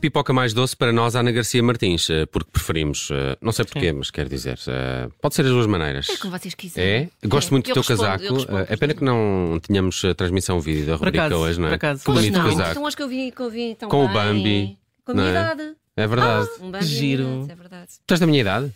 pipoca mais doce para nós, Ana Garcia Martins, eh, porque preferimos. eh, Não sei porquê, mas quero dizer. eh, Pode ser as duas maneiras. É como vocês quiserem. É? Gosto muito do Eu teu respondo, casaco. eu respondo. Eh, É pena que não tínhamos eh, transmissão vídeo da rubrica acaso, hoje, não é? por acaso. Bonito Pois não, Então casaco. são as que eu vi, que eu vi tão Com o bem. Bambi, Com a minha não é? idade. É verdade. Um Bambi. Giro. é verdade, É verdade. Tu és da minha idade?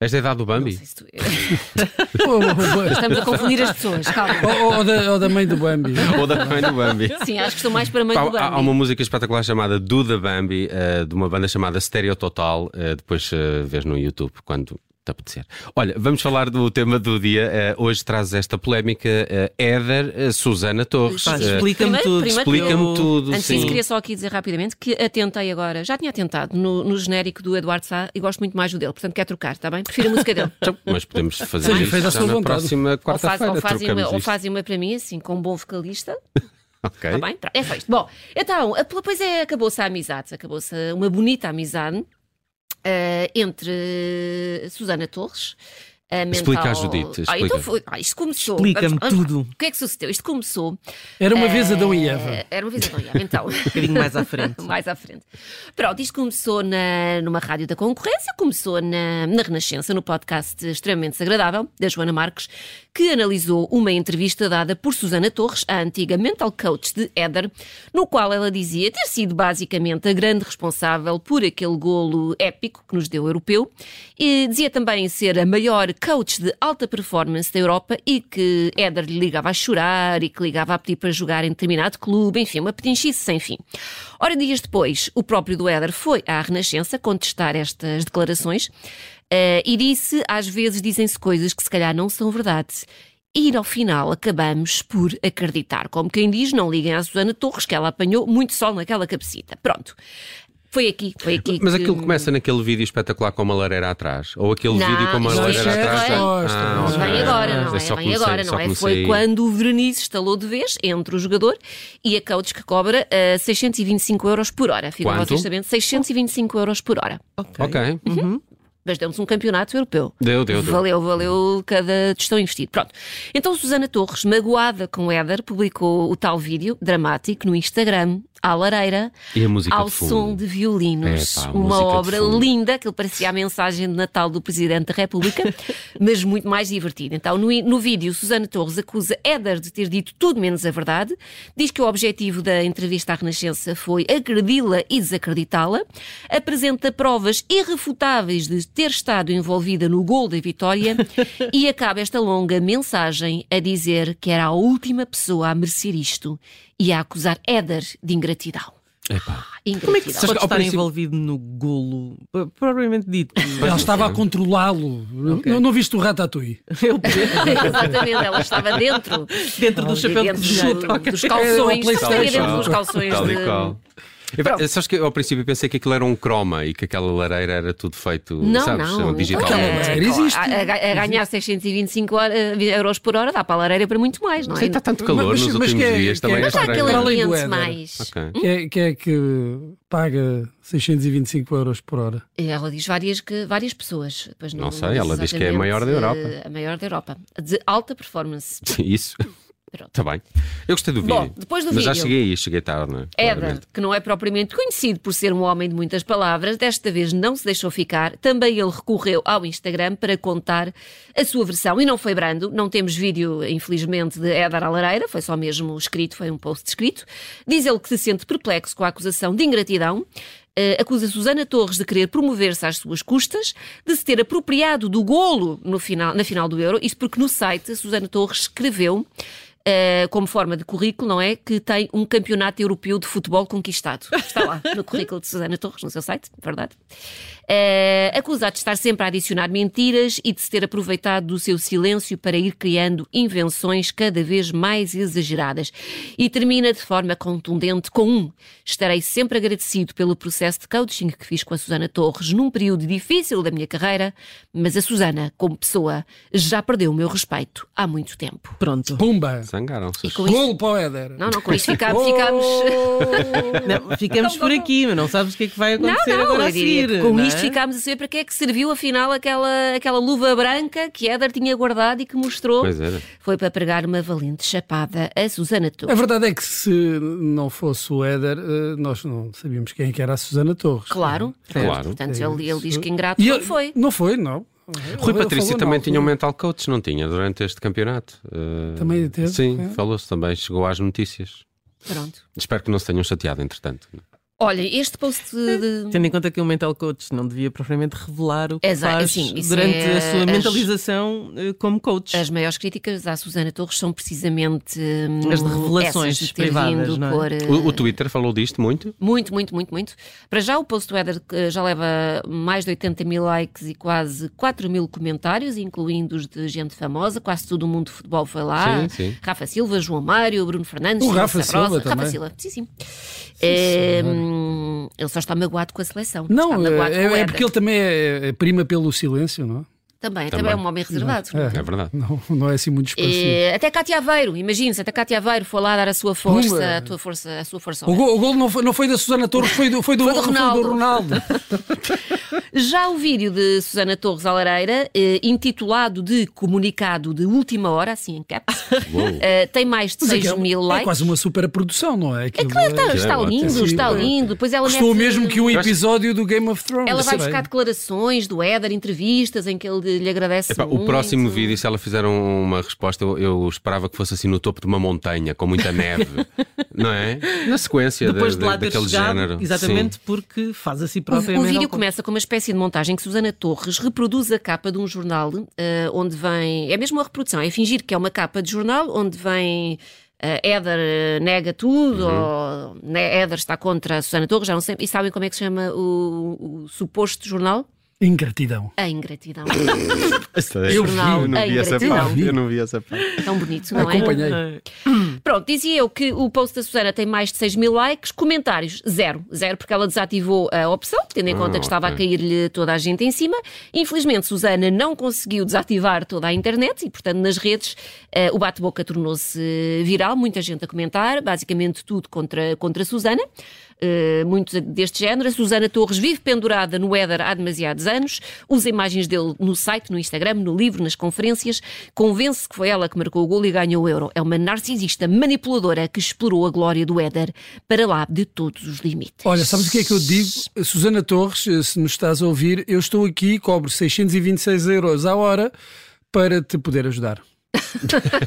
És da idade do Não Bambi? sei se tu- Ou, ou- Estamos a confundir as pessoas, calma. ou- ou da, ou da mãe do Bambi. Ou da mãe do Bambi? Sim, acho que estou mais para meio Pá, do há, Bambi. há uma música espetacular chamada Duda Bambi, eh, de uma banda chamada Stereo Total. eh, depois eh, vês no YouTube quando te apetecer. Olha, vamos falar do tema do dia. eh, hoje traz esta polémica eh, Éder eh, Susana Torres. Pá, Eh, explica-me Primeiro- tudo. primeiro- Explica-me Eu- tudo. Antes sim. disso, queria só aqui dizer rapidamente que atentei agora, já tinha atentado no, no genérico do Eduardo Sá e gosto muito mais do dele, portanto quer trocar, está bem? Prefiro a música dele. Então, Mas podemos fazer Sim, fez à isso já sua na vontade. próxima Ou faz- quarta-feira. ou fazem trocamos uma, ou isto. fazem uma para mim, assim, com um bom vocalista, Ok. Tá bem? Tá. É só isto. Bom, então, a- pois é, acabou-se a amizade, acabou-se uma bonita amizade eh, entre Susana Torres. a mental- Explica à Judite, Ah, explica. então foi- ah, isto começou. Explica-me Vamos- vamos- tudo. O que é que sucedeu? Isto começou. Era uma vez Adão e eh, Eva. Era uma vez a Dona Eva, então. Um bocadinho mais à frente. Mais à frente. Pronto, isto começou na, numa rádio da concorrência, começou na, na Renascença, no podcast Extremamente Desagradável, da Joana Marques, que analisou uma entrevista dada por Susana Torres, a antiga mental coach de Éder, no qual ela dizia ter sido basicamente a grande responsável por aquele golo épico que nos deu o europeu, e dizia também ser a maior coach de alta performance da Europa e que Éder lhe ligava a chorar e que ligava a pedir para jogar em determinado clube, enfim, uma pedinchice sem fim. Ora, dias depois, o próprio do Éder foi à Renascença contestar estas declarações eh, e disse: às vezes dizem-se coisas que se calhar não são verdade. E ao final acabamos por acreditar. Como quem diz, não liguem à Susana Torres, que ela apanhou muito sol naquela cabecita. Pronto. Foi aqui, foi aqui. Mas que- aquilo começa naquele vídeo espetacular com uma lareira atrás? Ou aquele Não, vídeo com uma isto lareira é atrás? resposta, não é? ok. Vem agora, não Ah, é? só Vem comecei- agora, só não é? comecei- Foi quando o verniz estalou de vez entre o jogador e a coach que cobra eh, 625 euros por hora. Ficam Quanto? vocês sabendo? 625 euros por hora. Ok. Mas demos um campeonato europeu. Deu, deu, deu. Valeu, valeu cada tostão investido. Pronto. Então, Susana Torres, magoada com Éder, publicou o tal vídeo dramático no Instagram, à lareira, E a música ao de fundo? som de violinos. Epá, a música uma de obra fundo. linda, que parecia a mensagem de Natal do Presidente da República, mas muito mais divertida. Então, no, i- no vídeo, Susana Torres acusa Éder de ter dito tudo menos a verdade, diz que o objetivo da entrevista à Renascença foi agredi-la e desacreditá-la, apresenta provas irrefutáveis de ter estado envolvida no gol da vitória e acaba esta longa mensagem a dizer que era a última pessoa a merecer isto e a acusar Éder de ingratidão. Epá. Ingratidão. Como é que se Sabes que pode ao estar princípio- envolvido no golo? P- Propriamente dito. Ela estava a controlá-lo. Não, não viste o Ratatouille? Eu- Exatamente, ela estava dentro. Dentro do Ali chapéu de dentro cozinheiro. do- Ok. dos Era o calções. PlayStation. Estava dentro dos Tal e calções. Tal de- e qual. Epá, Sabes que eu, ao princípio pensei que aquilo era um croma e que aquela lareira era tudo feito, Não, sabes, não. Então, digital. é? Aquela Aquela lareira existe. A, a- a ganhar 625 hora- eh, euros por hora dá para a lareira para muito mais, não é? Sei, está tanto calor Mas- nos últimos mas que é- dias, que é- também é, Mas Está estranho. aquele Hum? Para além do ambiente Éder. mais. Ok. Quem é, quem é que paga 625 euros por hora? Eh, Ela diz várias, que, várias pessoas. Depois Não sei, ela diz que é a exatamente, maior da Europa. eh, A maior da Europa. De alta performance. Isso. Pronto. Está bem. Eu gostei do vídeo. Bom, depois do Mas já vídeo. cheguei aí, cheguei tarde, não é? Éder, Claramente. que não é propriamente conhecido por ser um homem de muitas palavras, desta vez não se deixou ficar. Também ele recorreu ao Instagram para contar a sua versão. E não foi brando, não temos vídeo, infelizmente, de Éder à lareira, foi só mesmo escrito, foi um post escrito. Diz ele que se sente perplexo com a acusação de ingratidão. Eh, acusa Susana Torres de querer promover-se às suas custas, de se ter apropriado do golo no final, na final do Euro, isto porque no site Susana Torres escreveu eh, como forma de currículo, não é? Que tem um campeonato europeu de futebol conquistado. Está lá, no currículo de Susana Torres, no seu site, verdade? Eh, acusado de estar sempre a adicionar mentiras e de se ter aproveitado do seu silêncio para ir criando invenções cada vez mais exageradas. E termina de forma contundente com um. Estarei sempre agradecido pelo processo de coaching que fiz com a Susana Torres num período difícil da minha carreira, mas a Susana, como pessoa, já perdeu o meu respeito há muito tempo. Pronto. Pumba! Zangaram-se. E com isso. Golo para o Éder. Não, não, com isso fica- Oh! ficámos. Não, ficamos por aqui, mas não sabes o que é que vai Não, acontecer não, agora a eu diria seguir. que com não é? isto ficámos a saber para que é que serviu afinal aquela, aquela luva branca que Éder tinha guardado e que mostrou. Pois é. era. Foi para pregar uma valente chapada a Susana A Torres. verdade é que se não fosse o Éder, eh, nós não sabíamos quem é que era a Susana Torres. Claro. Claro. Portanto, ele, ele diz É que ingrato E não eu- foi. Não foi, não. Rui Ele Patrício falou, também não, tinha um foi. mental coach, não tinha, durante este campeonato. Eh, Também teve, Sim, é. falou-se também, chegou às notícias. Pronto. Espero que não se tenham chateado, entretanto. Olha, este post de. de- Tendo em conta que o mental coach não devia propriamente revelar o que Exato, faz sim, isso durante é a sua as- mentalização eh, como coach. As maiores críticas à Susana Torres são precisamente hum, As de revelações essas de ter privadas, vindo não é? por, eh, O, o Twitter falou disto muito. Muito, muito, muito, muito. Para já, o post do Éder eh, já leva mais de 80 mil likes e quase 4 mil comentários, incluindo os de gente famosa. Quase todo o mundo de futebol foi lá. Sim, sim. Rafa Silva, João Mário, Bruno Fernandes, O Silvio Rafa Sabrosa. Silva Rafa também. Silva, sim, sim. Eh, hum, ele só está magoado com a seleção. está Não, magoado com o é, é Éder. porque ele também é é prima pelo silêncio, não é? também, também, Também. é um homem reservado. É verdade. Não, não é assim muito expressivo. Eh, até Cátia Aveiro, imagina-se, até Cátia Aveiro foi lá dar a sua força, Pumba. a tua força, a sua força. ao O gol, o gol não, foi, não foi da Susana Torres, foi do, foi do, Foi do foi do Ronaldo. Ronaldo. Já o vídeo de Susana Torres à Lareira, eh, intitulado de Comunicado de Última Hora, assim em caps, É Uou. eh, tem mais de Mas 6 aquilo mil É likes. quase uma superprodução, não é? Aquilo é Está, está ótimo. lindo, Sim, está ótimo. lindo. Depois ela Custou o mete- mesmo que um episódio do Game of Thrones. Ela vai Sim. buscar declarações do Éder, entrevistas em que ele lhe agradece. Epá, o muito. próximo vídeo, se ela fizer um- uma resposta, eu, eu esperava que fosse assim no topo de uma montanha, com muita neve, não é? Na sequência Depois da- de lá da- ter daquele chegado, género. exatamente Sim. porque faz a si O, própria. o a mental vídeo coach. começa com uma espécie de montagem que Susana Torres reproduz a capa de um jornal eh, onde vem. É mesmo uma reprodução, é fingir que é uma capa de jornal onde vem. eh, Éder eh, nega tudo, ou né, Éder está contra a Susana Torres, já não sei. E sabem como é que se chama o, o suposto jornal? Ingratidão. A ingratidão. Eu vi, Jornal eu não em vi essa gratidão. parte. Eu não vi essa parte. Tão bonito, não é? Acompanhei. Pronto, dizia eu que o post da Susana tem mais de 6 mil likes, comentários, zero. Zero, porque ela desativou a opção, tendo em Ah, conta que estava ok. a cair-lhe toda a gente em cima. Infelizmente, Susana não conseguiu desativar toda a internet e, portanto, nas redes eh, o bate-boca tornou-se viral, muita gente a comentar, basicamente tudo contra, contra Susana. eh, muito deste género. A Susana Torres vive pendurada no Éder há demasiados anos, usa imagens dele no site, no Instagram, no livro, nas conferências, convence que foi ela que marcou o gol e ganhou o euro. É uma narcisista manipuladora que explorou a glória do Éder para lá de todos os limites. Olha, sabes o que é que eu digo? Susana Torres, eh, se nos estás a ouvir, eu estou aqui, cobro 626 euros à hora para te poder ajudar.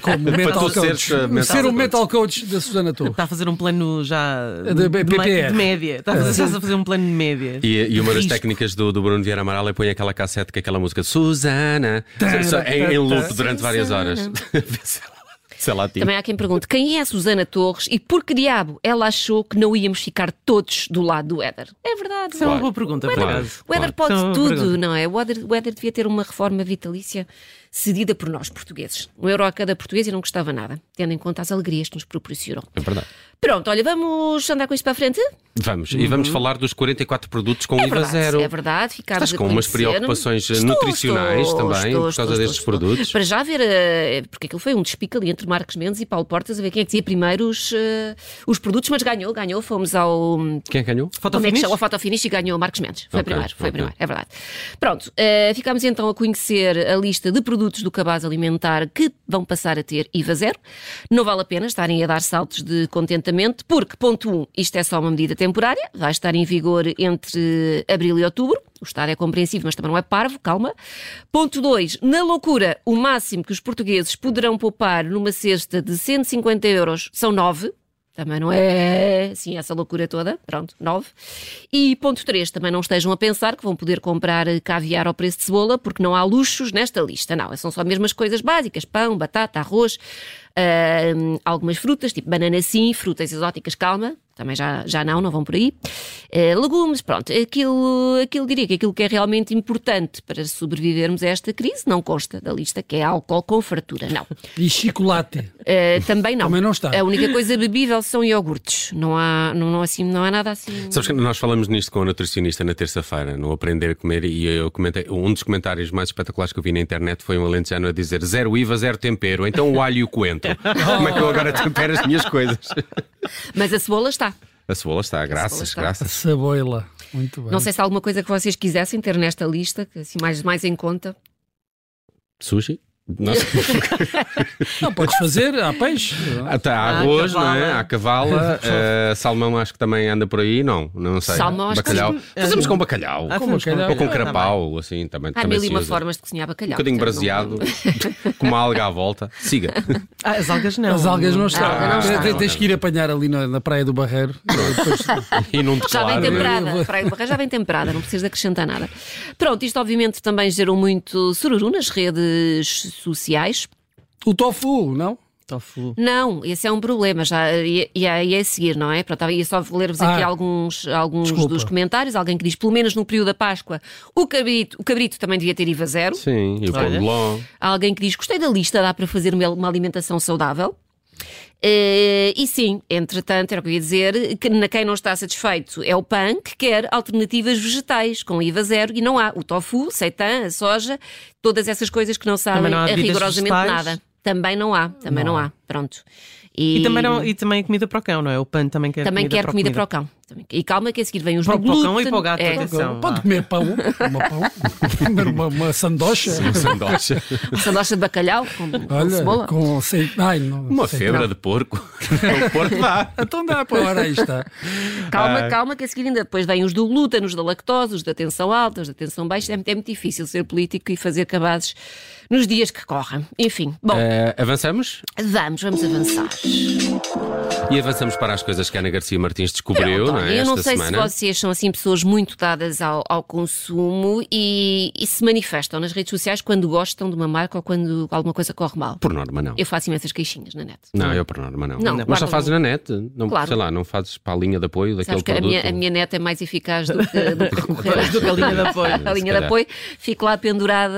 Como tu metal seres, coach. eh, metal ser um coach. metal coach da Susana Torres. Está a fazer um plano já De PPR. de média. Está a fazer, estás a fazer um plano de média. E, e uma das Risco. técnicas do, do Bruno Vieira Amaral é põe aquela cassete com aquela música de Susana só- só em, em loop durante várias horas. Vê se ela- se ela atinge. Também há quem pergunte quem é a Susana Torres e por que diabo ela achou que não íamos ficar todos do lado do Éder? É verdade. Isso é uma Claro. boa pergunta, por Claro. acaso. O Claro. Éder pode Isso é uma tudo, pergunta. não é? O Éder, o Éder devia ter uma reforma vitalícia cedida por nós, portugueses. Um euro a cada português e não custava nada, tendo em conta as alegrias que nos proporcionou. É verdade. Pronto, olha, vamos andar com isto para a frente? Vamos, e Uhum. vamos falar dos 44 produtos com É IVA verdade, zero. é verdade. Ficámos Estás a com umas conhecer. preocupações eh, nutricionais também, por causa destes produtos? Para já ver, eh, porque aquilo foi um despique ali entre Marcos Mendes e Paulo Portas, a ver quem é que dizia primeiro os, eh, os produtos, mas ganhou, ganhou. Fomos ao, hum, Quem Ah, ganhou? Como é que Fotofinish? chama? O Foto Finish e ganhou o Marcos Mendes. Foi Ok, primeiro, foi ok. primeiro, é verdade. Pronto, eh, ficámos então a conhecer a lista de produtos do cabaz alimentar que vão passar a ter IVA zero. Não vale a pena estarem a dar saltos de contentamento, porque, ponto um, isto é só uma medida temporária, vai estar em vigor entre abril e outubro. O Estado é compreensivo, mas também não é parvo, calma. Ponto 2. Na loucura, o máximo que os portugueses poderão poupar numa cesta de 150 euros são 9. Também não é assim essa loucura toda. Pronto, 9. E ponto 3, também não estejam a pensar que vão poder comprar eh, caviar ao preço de cebola, porque não há luxos nesta lista. Não, são só mesmo as coisas básicas: pão, batata, arroz, hum, algumas frutas, tipo banana sim, frutas exóticas, calma. Também já, já não, não vão por aí. Eh, legumes, pronto, aquilo, aquilo diria que aquilo que é realmente importante para sobrevivermos a esta crise não consta da lista, que é álcool com fartura, não. E chocolate. Uh, também não. Também não está. A única coisa bebível são iogurtes. Não há, não, não, assim, não há nada assim. Sabes que nós falamos nisto com a nutricionista na terça-feira, no Aprender a Comer, e eu comentei, um dos comentários mais espetaculares que eu vi na internet foi um alentejano a dizer zero IVA, zero tempero, então o alho e o coentro. então. Como é que eu agora tempero as minhas coisas? Mas a cebola está. A cebola está, graças, cebola está. graças. Saboila. Muito bem. Não sei se há alguma coisa que vocês quisessem ter nesta lista, que assim mais, mais em conta. Sushi? Não sei. Não, podes fazer, há peixe. Ah, tá, há Ah, arroz, não é? cavala. Há cavala. eh, salmão acho que também anda por aí, não? Não sei. Salmão, acho que eh, bacalhau. sim. Fazemos com bacalhau. Ah, Ou fomos bacalhau. é? com também. Ah, carapau, assim, também. Há também mil e se uma usa. formas de cozinhar Um bacalhau. bocadinho portanto, não- braseado, com uma alga à volta. Siga. Ah, as algas não. As algas não estão. alga não Tem- está. tem- Tens que ir apanhar ali na, na Praia do Barreiro. E não Já declaro. vem Eu vou- temperada, Praia do Barreiro já vem temperada, não precisa de acrescentar nada. Pronto, isto obviamente também gerou muito sururu nas redes sociais. O tofu, não? Tofu. Não, esse é um problema, já ia, ia, ia seguir, não é? Pronto, ia só ler-vos aqui Ah, alguns, alguns desculpa. dos comentários. Alguém que diz, pelo menos no período da Páscoa, o cabrito, o cabrito também devia ter IVA zero. Sim, e o pão Olha. de ló. Alguém que diz, gostei da lista, dá para fazer uma uma alimentação saudável. Eh, e sim, entretanto, era o que eu ia dizer, que na quem não está satisfeito é o PAN, que quer alternativas vegetais, com IVA zero, e não há. O tofu, seitan, a soja, todas essas coisas que não sabem não há a bebidas rigorosamente vegetais? nada. Também não há, também não, há. Pronto. E, também não, e também comida para o cão, não é? O pano também quer Também comida quer para o comida comida. para o cão. Também- E calma que a seguir vem os Para o do cão glúten. e para o gato, É. atenção. São, Pode vá. comer pão. Uma pão. Comer uma, uma sandocha. Uma sandocha. Uma sandocha de bacalhau com, com Olha, cebola. com sei- Ai, não. Uma sei- febra de porco. o porco dá. Então dá para ora, aí está. Calma, Ah. calma que a seguir ainda depois vêm os do glúten, os da lactose, os da tensão alta, os da tensão baixa. É muito, é muito difícil ser político e fazer cabazes nos dias que correm. Enfim, bom, Eh, avançamos? vamos, vamos avançar. E avançamos para as coisas que a Ana Garcia Martins descobriu, Pronto, não olha, é? eu não esta sei semana. se vocês são assim pessoas muito dadas ao, ao consumo e, e se manifestam nas redes sociais quando gostam de uma marca ou quando alguma coisa corre mal. Por norma, não. Eu faço imensas queixinhas na net. Não, eu por norma não. Não, Mas guarda só fazes na net, não, Claro. sei lá, não fazes para a linha de apoio daquele Sabes que a produto. minha, a minha neta é mais eficaz do que, do que recorrer Do que a linha de apoio. à Se linha de calhar. apoio. Fico lá pendurada.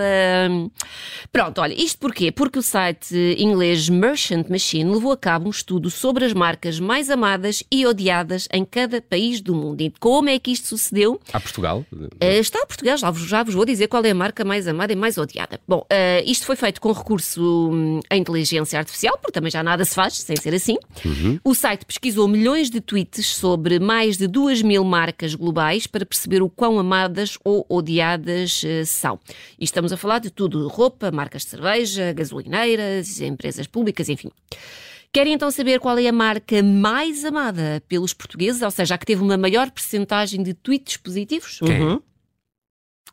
hum. Pronto, olha, isto porquê? Porque o site inglês Merchant Machine levou a cabo um estudo sobre as marcas mais amadas e odiadas em cada país do mundo. E como é que isto sucedeu? A Portugal? Eh, está a Portugal, já vos, já vos vou dizer qual é a marca mais amada e mais odiada. Bom, eh, isto foi feito com recurso hum, à inteligência artificial, porque também já nada se faz sem ser assim. O site pesquisou milhões de tweets sobre mais de 2 mil marcas globais para perceber o quão amadas ou odiadas eh, são. E estamos a falar de tudo: roupa, marcas de cerveja, gasolineiras, empresas públicas, enfim. Querem então saber qual é a marca mais amada pelos portugueses, ou seja, a que teve uma maior percentagem de tweets positivos? Quem? é? Uhum.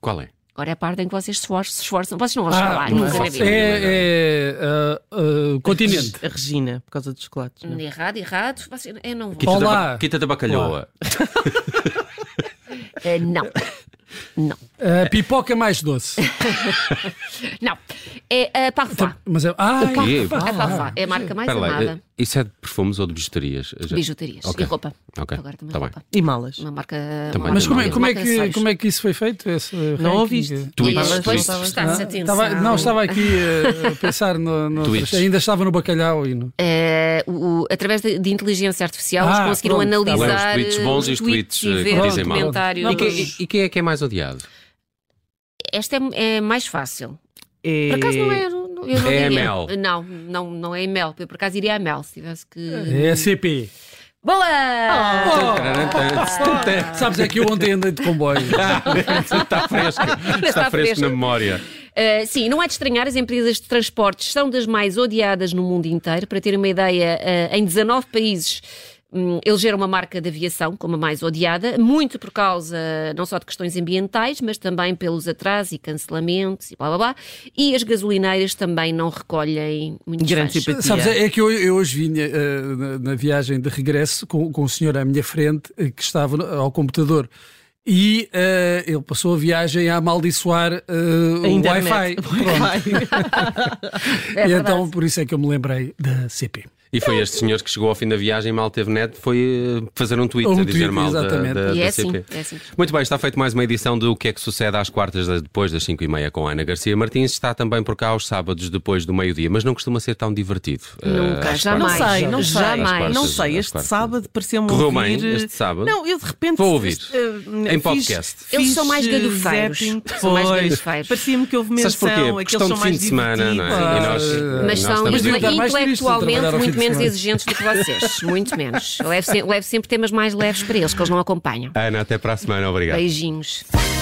Qual é? Agora é a parte em que vocês se esfor- se esforçam. Vocês não vão Ah, falar, não nunca na faço vida. É, é ah, ah, continente. A Regina, por causa dos chocolates. não é? Errado, errado. Vocês- Eu não vou. Quita da Olá. ba- Quita da bacalhoa. Eh, não. Não. Ah, pipoca mais doce. Não. É a Parfum. Mas é. Ah, quê? pá, A Parfum pá. é a marca mais Espera lá, amada. eh, isso é de perfumes ou de bijuterias? Já- Bijuterias Ok. e roupa. Ok, Agora também tá bem. Tá roupa. é? E malas. Uma marca. Também. uma Mas como é, marca- como, é uma marca que, acessórios. como é que isso foi feito? esse ranking? Ah, ouviste? E Tweets, depois tweets. prestaste atenção. Estava- não, estava aqui eh, a pensar no. no Tweets. ainda estava no bacalhau e no. Eh, o- o- através de, de inteligência artificial, eles Ah, conseguiram pronto, tá bem. Lê analisar os tweets bons e os tweets, eh, que ver dizem mal. comentários. E quem- E quem é que é mais odiado? Esta é, é mais fácil. É... Por acaso não é. Eu não É diria. mel. Não, não, não é mel. Eu por acaso iria a mel se tivesse que. É a CP. Boa! Sabes, é que eu ontem andei de comboio. Está fresco. Está fresco fresco. na memória. Uh, sim, não é de estranhar, as empresas de transportes são das mais odiadas no mundo inteiro. Para ter uma ideia, uh, em 19 países. hum, Eles geram uma marca de aviação como a mais odiada, muito por causa não só de questões ambientais, mas também pelos atrasos e cancelamentos e blá blá blá. E as gasolineiras também não recolhem muitos Grande fãs. simpatia. Sabes, é é que eu, eu hoje vinha eh, na, na viagem de regresso com, com o senhor à minha frente eh, que estava no- ao computador. E eh, ele passou a viagem a amaldiçoar eh, É A o internet. Wi-Fi. Pronto. Wi-Fi. É e verdade. então por isso é que eu me lembrei da CP. E foi este senhor que chegou ao fim da viagem e mal teve net, foi eh, fazer um tweet Um a dizer tweet, mal da, exatamente. da- E da é CP. assim, é assim. Muito bem, está feito mais uma edição do O que é que sucede às quartas das- depois das 5 e meia com a Ana Garcia Martins. Está também por cá aos sábados depois do meio-dia, mas não costuma ser tão divertido. eh, Nunca, às jamais. Não quartas. sei, não sei. Jamais. Às Não quartas, sei, às este quartas. sábado pareceu-me Correu ouvir... bem este sábado? Não, eu de repente... Vou ouvir. este, eh, Em fiz- podcast. Eles são mais fiz, eh, galhofeiros. zapping. São mais Pois. galhofeiros. Parecia-me que houve Sabes menção, porquê? Porque aqueles estão de são fim mais de semana, não é? E nós, divertidos. eh, Mas nós são estamos Mas a- devia dar mais tristes, trabalhar intelectualmente ao fim muito de menos semana. exigentes do que vocês. Muito menos. Leve, se- leve sempre temas mais leves para eles, que eles não acompanham. Ana, até para a semana, obrigado. Beijinhos.